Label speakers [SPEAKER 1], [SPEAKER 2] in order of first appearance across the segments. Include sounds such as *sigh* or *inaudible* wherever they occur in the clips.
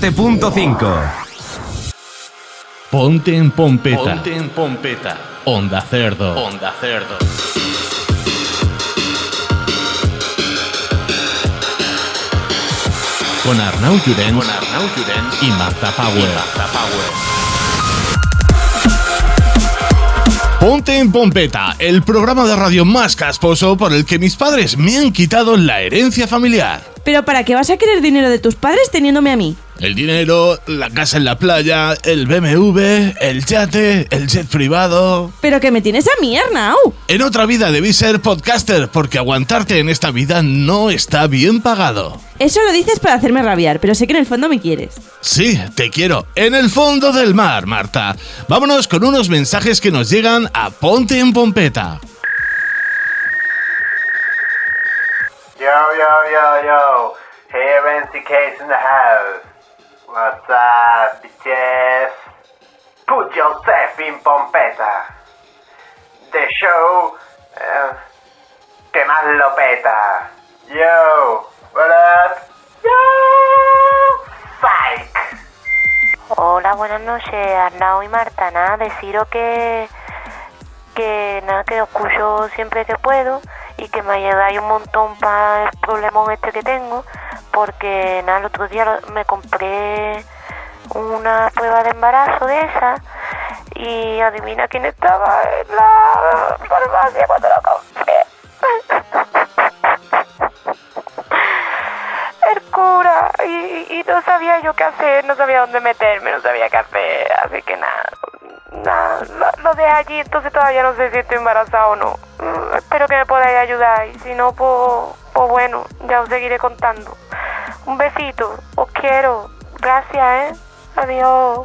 [SPEAKER 1] 97.5
[SPEAKER 2] Ponte en Pompeta.
[SPEAKER 3] Ponte en Pompeta.
[SPEAKER 2] Onda Cerdo.
[SPEAKER 3] Onda Cerdo.
[SPEAKER 2] Con Arnau Llorens
[SPEAKER 3] Con Arnau Llorens
[SPEAKER 2] y Marta
[SPEAKER 3] y
[SPEAKER 2] Power.
[SPEAKER 3] Marta Power.
[SPEAKER 2] Ponte en Pompeta, el programa de radio más casposo por el que mis padres me han quitado la herencia familiar.
[SPEAKER 4] Pero ¿para qué vas a querer dinero de tus padres teniéndome a mí?
[SPEAKER 2] El dinero, la casa en la playa, el BMW, el yate, el jet privado.
[SPEAKER 4] Pero que me tienes a mí, Arnau.
[SPEAKER 2] En otra vida debí ser podcaster porque aguantarte en esta vida no está bien pagado.
[SPEAKER 4] Eso lo dices para hacerme rabiar, pero sé que en el fondo me quieres.
[SPEAKER 2] Sí, te quiero. En el fondo del mar, Marta. Vámonos con unos mensajes que nos llegan a Ponte en Pompeta.
[SPEAKER 5] Yo, yo, yo, yo. Here NCK's in the house. What's up, bitches? Put yourself in Pompeta. The show eh, que más lo peta. Yo, what up? Yo, psych.
[SPEAKER 6] Hola, buenas noches, Arnau y Marta. Nada, deciros que, que nada, que os escucho siempre que puedo y que me ayudáis un montón para el problemón este que tengo, porque nada, el otro día lo- me compré una prueba de embarazo de esa y adivina quién estaba en la farmacia cuando la compré. el cura y, y no sabía yo qué hacer, no sabía dónde meterme, no sabía qué hacer, así que nada, nada, lo, lo dejé allí, entonces todavía no sé si estoy embarazada o no. Mm, Espero que me podáis ayudar y si no, pues, pues bueno, ya os seguiré contando. Un besito, os quiero, gracias, ¿eh? Adiós.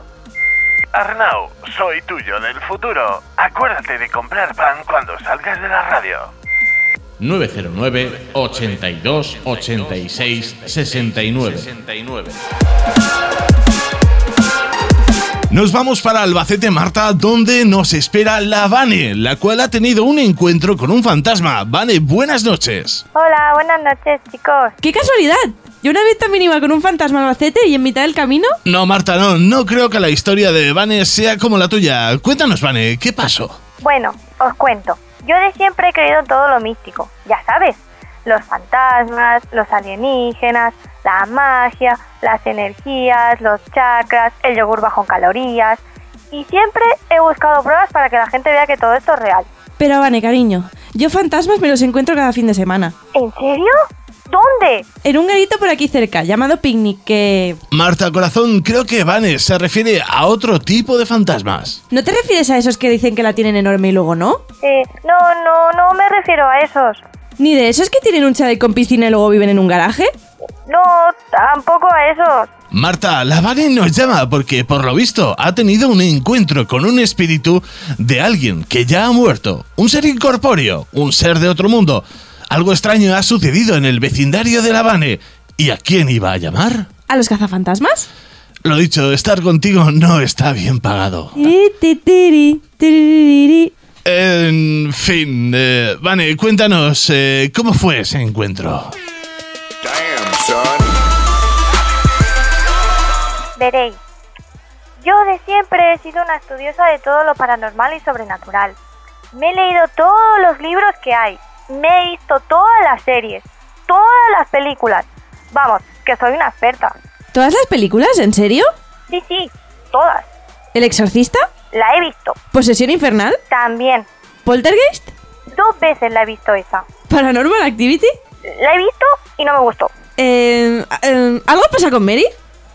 [SPEAKER 5] Arnau, soy tuyo del futuro. Acuérdate de comprar pan cuando salgas de la radio.
[SPEAKER 2] 909 82 86 69
[SPEAKER 3] 69.
[SPEAKER 2] Nos vamos para Albacete, Marta, donde nos espera la Vane, la cual ha tenido un encuentro con un fantasma. Vane, buenas noches.
[SPEAKER 6] Hola, buenas noches, chicos.
[SPEAKER 4] ¡Qué casualidad! Yo una vez también iba con un fantasma al Albacete y en mitad del camino
[SPEAKER 2] No, Marta, no, no creo que la historia de Vane sea como la tuya. Cuéntanos, Vane, ¿qué pasó?
[SPEAKER 6] Bueno, os cuento. Yo de siempre he creído en todo lo místico, ya sabes. Los fantasmas, los alienígenas, la magia, las energías, los chakras, el yogur bajo en calorías. Y siempre he buscado pruebas para que la gente vea que todo esto es real.
[SPEAKER 4] Pero Vane, cariño, yo fantasmas me los encuentro cada fin de semana.
[SPEAKER 6] ¿En serio? ¿Dónde?
[SPEAKER 4] En un garito por aquí cerca, llamado Picnic, que...
[SPEAKER 2] Marta, corazón, creo que Vane se refiere a otro tipo de fantasmas.
[SPEAKER 4] ¿No te refieres a esos que dicen que la tienen enorme y luego no?
[SPEAKER 6] Eh, no, no, no me refiero a esos.
[SPEAKER 4] ¿Ni de esos que tienen un chalet con piscina y luego viven en un garaje?
[SPEAKER 6] No, tampoco a esos.
[SPEAKER 2] Marta, la Vane nos llama porque, por lo visto, ha tenido un encuentro con un espíritu de alguien que ya ha muerto. Un ser incorpóreo, un ser de otro mundo. Algo extraño ha sucedido en el vecindario de la Vane. ¿Y a quién iba a llamar?
[SPEAKER 4] ¿A los cazafantasmas?
[SPEAKER 2] Lo dicho, estar contigo no está bien pagado.
[SPEAKER 4] Tiri, ti, tiri, tiririri.
[SPEAKER 2] En fin, eh, Vane, cuéntanos, eh, ¿cómo fue ese encuentro?
[SPEAKER 6] Veréis. Yo de siempre he sido una estudiosa de todo lo paranormal y sobrenatural. Me he leído todos los libros que hay. Me he visto todas las series, todas las películas. Vamos, que soy una experta.
[SPEAKER 4] ¿Todas las películas? ¿En serio?
[SPEAKER 6] Sí, sí, todas.
[SPEAKER 4] ¿El exorcista?
[SPEAKER 6] La he visto.
[SPEAKER 4] ¿Posesión infernal?
[SPEAKER 6] También.
[SPEAKER 4] ¿Poltergeist?
[SPEAKER 6] Dos veces la he visto esa.
[SPEAKER 4] ¿Paranormal Activity?
[SPEAKER 6] La he visto y no me gustó.
[SPEAKER 4] Eh, eh, ¿Algo pasa con Mary?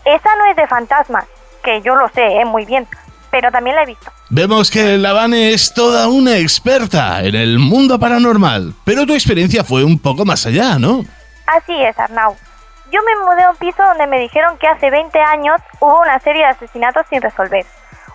[SPEAKER 6] Esa no es de fantasmas, que yo lo sé, ¿eh? muy bien. Pero también la he visto.
[SPEAKER 2] Vemos que la Vane es toda una experta en el mundo paranormal, pero tu experiencia fue un poco más allá, ¿no?
[SPEAKER 6] Así es, Arnau. Yo me mudé a un piso donde me dijeron que hace 20 años hubo una serie de asesinatos sin resolver.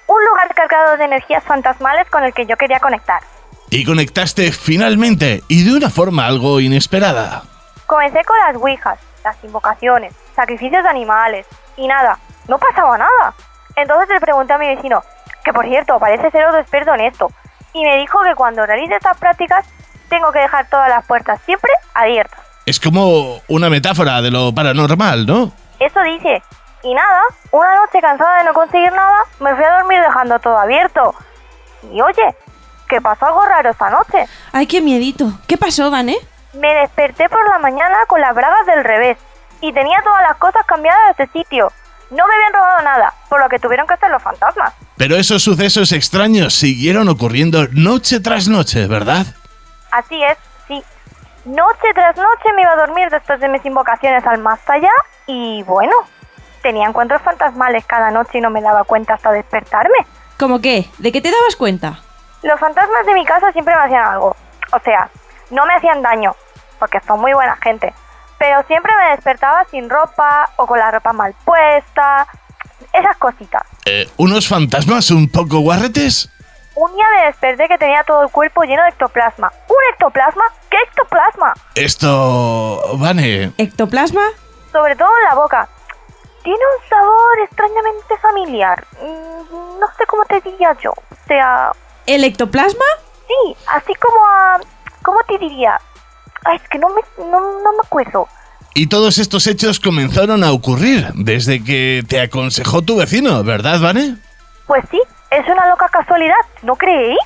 [SPEAKER 6] Un lugar cargado de energías fantasmales con el que yo quería conectar.
[SPEAKER 2] Y conectaste finalmente y de una forma algo inesperada.
[SPEAKER 6] Comencé con las ouijas, las invocaciones, sacrificios de animales y nada, no pasaba nada. Entonces le pregunté a mi vecino, que por cierto parece ser otro experto en esto, y me dijo que cuando realice estas prácticas tengo que dejar todas las puertas siempre abiertas.
[SPEAKER 2] Es como una metáfora de lo paranormal, ¿no?
[SPEAKER 6] Eso dice. Y nada, una noche cansada de no conseguir nada, me fui a dormir dejando todo abierto. Y oye, que pasó algo raro esta noche.
[SPEAKER 4] Ay, qué miedito. ¿Qué pasó, Van, eh?
[SPEAKER 6] Me desperté por la mañana con las bragas del revés y tenía todas las cosas cambiadas de este sitio. No me habían robado nada, por lo que tuvieron que hacer los fantasmas.
[SPEAKER 2] Pero esos sucesos extraños siguieron ocurriendo noche tras noche, ¿verdad?
[SPEAKER 6] Así es, sí. Noche tras noche me iba a dormir después de mis invocaciones al más allá y bueno, tenía encuentros fantasmales cada noche y no me daba cuenta hasta despertarme.
[SPEAKER 4] ¿Cómo qué? ¿De qué te dabas cuenta?
[SPEAKER 6] Los fantasmas de mi casa siempre me hacían algo. O sea, no me hacían daño, porque son muy buena gente. Pero siempre me despertaba sin ropa o con la ropa mal puesta. Esas cositas.
[SPEAKER 2] Eh, ¿Unos fantasmas un poco guarretes?
[SPEAKER 6] Un día me desperté que tenía todo el cuerpo lleno de ectoplasma. ¿Un ectoplasma? ¿Qué ectoplasma?
[SPEAKER 2] Esto... Vane...
[SPEAKER 4] ¿Ectoplasma?
[SPEAKER 6] Sobre todo en la boca. Tiene un sabor extrañamente familiar. Mm, No sé cómo te diría yo. O sea,
[SPEAKER 4] ¿El ectoplasma?
[SPEAKER 6] Sí, así como a... ¿Cómo te diría? Ay, es que no me, no, no me acuerdo.
[SPEAKER 2] Y todos estos hechos comenzaron a ocurrir desde que te aconsejó tu vecino, ¿verdad, Vane?
[SPEAKER 6] Pues sí, es una loca casualidad, ¿no creéis?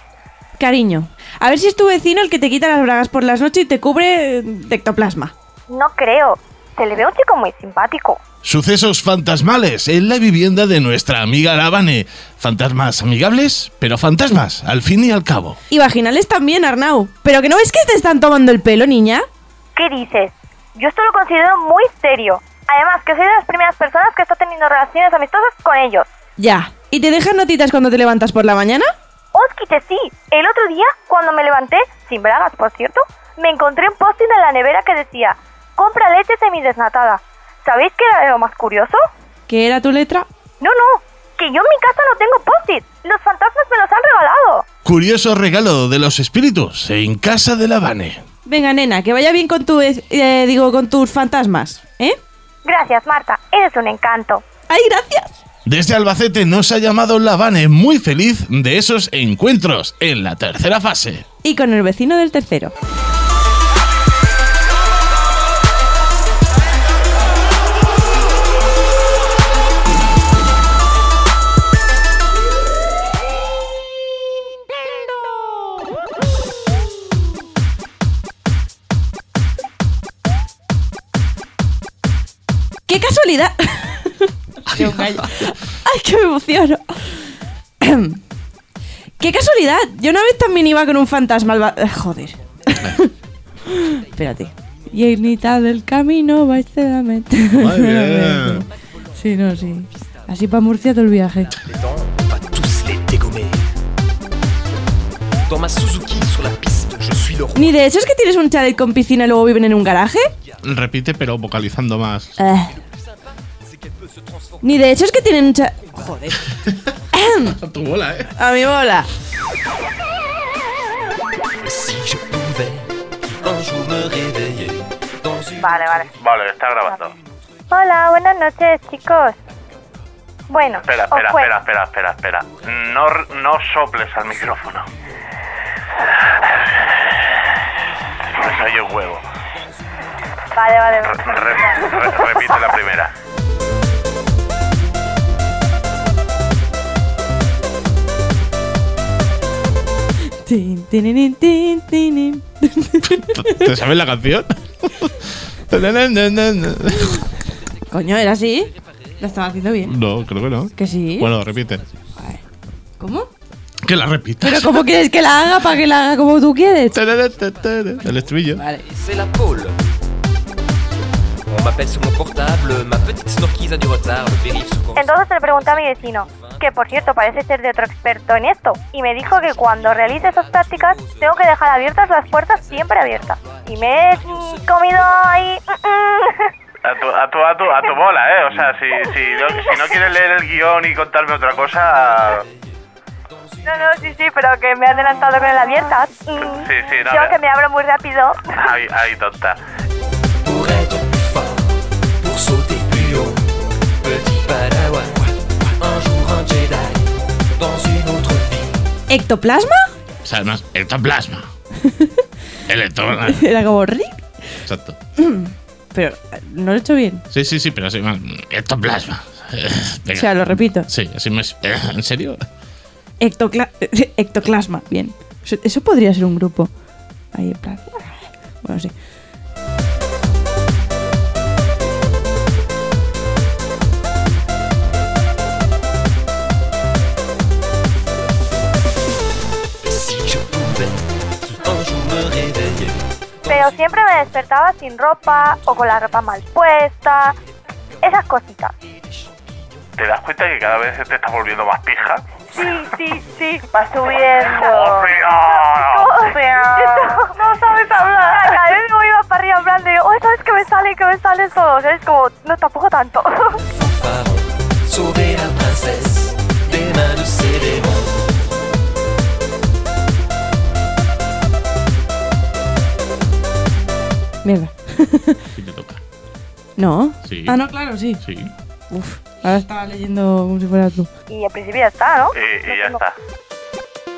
[SPEAKER 4] Cariño, a ver si es tu vecino el que te quita las bragas por las noches y te cubre eh, de ectoplasma.
[SPEAKER 6] No creo. Se le ve un chico muy simpático.
[SPEAKER 2] Sucesos fantasmales en la vivienda de nuestra amiga la Vane. Fantasmas amigables, pero fantasmas, al fin y al cabo.
[SPEAKER 4] Y vaginales también, Arnau. ¿Pero que no ves que te están tomando el pelo, niña?
[SPEAKER 6] ¿Qué dices? Yo esto lo considero muy serio. Además, que soy de las primeras personas que está teniendo relaciones amistosas con ellos.
[SPEAKER 4] Ya. ¿Y te dejan notitas cuando te levantas por la mañana?
[SPEAKER 6] Os quité sí. El otro día, cuando me levanté, sin bragas por cierto, me encontré un post-it en la nevera que decía, compra leche semidesnatada. ¿Sabéis qué era lo más curioso?
[SPEAKER 4] ¿Qué era tu letra?
[SPEAKER 6] No, no, que yo en mi casa no tengo post-it. Los fantasmas me los han regalado.
[SPEAKER 2] Curioso regalo de los espíritus en casa de la Vane.
[SPEAKER 4] Venga, nena, que vaya bien con tu... vez- eh, digo, con tus fantasmas, ¿eh?
[SPEAKER 6] Gracias, Marta. Eres un encanto.
[SPEAKER 4] ¡Ay, gracias!
[SPEAKER 2] Desde Albacete nos ha llamado la Vane muy feliz de esos encuentros en la tercera fase.
[SPEAKER 4] Y con el vecino del tercero. ¡Qué casualidad! Yo callo. ¡Ay, que me emociono! *clears throat* ¡Qué casualidad! Yo una vez también iba con un fantasma al... ba- Ah, Joder. *laughs* Espérate. Y en mitad del camino vais a meter... *laughs* Sí, no, sí. Así para Murcia todo el viaje.
[SPEAKER 7] On va tous les dégommer. Dans ma Suzuki sur la piste, je suis le roi.
[SPEAKER 4] Ni de eso es que tienes un chalet con piscina y luego viven en un garaje.
[SPEAKER 2] Repite, pero vocalizando más.
[SPEAKER 4] Ah. Ni de hecho es que tienen un cha... Joder.
[SPEAKER 2] Tu bola, ¿eh?
[SPEAKER 4] A mi bola.
[SPEAKER 7] Et si je pouvais un jour me réveiller dans une.
[SPEAKER 6] Vale, vale.
[SPEAKER 8] Vale, está grabando.
[SPEAKER 6] Hola, buenas noches, chicos. Bueno,
[SPEAKER 8] Espera,
[SPEAKER 6] os
[SPEAKER 8] espera,
[SPEAKER 6] cuento.
[SPEAKER 8] espera, espera, espera, espera. No, r- no soples al micrófono. Pues hay un huevo.
[SPEAKER 6] Vale, vale.
[SPEAKER 8] Re- re- re- repite la primera.
[SPEAKER 4] Tin, tinirin, tin, tinin.
[SPEAKER 2] ¿Te sabes la canción?
[SPEAKER 4] Coño, ¿era así? Lo estaba haciendo bien.
[SPEAKER 2] No, creo que no.
[SPEAKER 4] ¿Que sí?
[SPEAKER 2] Bueno, repite.
[SPEAKER 4] ¿Cómo?
[SPEAKER 2] Que la repitas.
[SPEAKER 4] ¿Pero cómo quieres que la haga para que la haga como tú quieres?
[SPEAKER 2] El estribillo.
[SPEAKER 4] Vale.
[SPEAKER 7] Et c'est la pôle. On m'appelle sur mon portable, ma petite snorkise a du retard, le périph' se
[SPEAKER 6] *laughs*
[SPEAKER 7] corse.
[SPEAKER 6] Entonces le pregunté a mi vecino, que por cierto parece ser de otro experto en esto, y me dijo que cuando realice esas tácticas tengo que dejar abiertas las puertas siempre abiertas. Y me he mm, comido ahí... mm,
[SPEAKER 8] A tu, a, tu, a, tu, a tu bola, ¿eh? O sea, si, si, no, si no quieres leer el guión y contarme otra cosa...
[SPEAKER 6] *laughs* No, no, sí, sí, pero que me he adelantado con el abiertas. Mm.
[SPEAKER 8] Sí, sí, no,
[SPEAKER 6] Yo
[SPEAKER 8] me-
[SPEAKER 6] que me abro muy rápido.
[SPEAKER 8] Ay, ay, tonta.
[SPEAKER 7] Pour être plus fort, pour sauter plus haut, petit padawan, un jour un Jedi, dans une autre vie.
[SPEAKER 4] ¿Ectoplasma?
[SPEAKER 2] O sea, no,
[SPEAKER 4] *laughs*
[SPEAKER 2] ectoplasma. Electoplasma.
[SPEAKER 4] Era como... ri.
[SPEAKER 2] Exacto.
[SPEAKER 4] Pero eh, no lo he hecho bien.
[SPEAKER 2] Sí, sí, sí, pero así. Ectoplasma.
[SPEAKER 4] O sea, lo repito.
[SPEAKER 2] Sí, así me. ¿En serio?
[SPEAKER 4] Ectocla- *laughs* ectoplasma. Bien. Eso, eso podría ser un grupo. Ahí en plan. "Ah". Bueno, sí.
[SPEAKER 7] Si je pouvais un jour me réveiller
[SPEAKER 6] Pero siempre me despertaba sin ropa o con la ropa mal puesta. Esas cositas.
[SPEAKER 8] ¿Te das cuenta que cada vez se te está volviendo más pija?
[SPEAKER 6] Sí, sí, sí. Va subiendo.
[SPEAKER 9] Sofía.
[SPEAKER 6] No sabes hablar. Cada vez me voy más para arriba hablando y digo, oh, sabes que me sale, que me sale todo. Es como, no tampoco tanto. *laughs*
[SPEAKER 7] Fanfaron, sauver la princesse des mains de ses démons
[SPEAKER 4] Mierda.
[SPEAKER 2] Sí, te toca.
[SPEAKER 4] ¿No?
[SPEAKER 2] Sí.
[SPEAKER 4] Ah, no, claro, sí.
[SPEAKER 2] Sí.
[SPEAKER 4] Uf. Ahora estaba leyendo como si fuera tú.
[SPEAKER 6] Y al principio ya está, ¿no?
[SPEAKER 8] eh, Y, y ya está.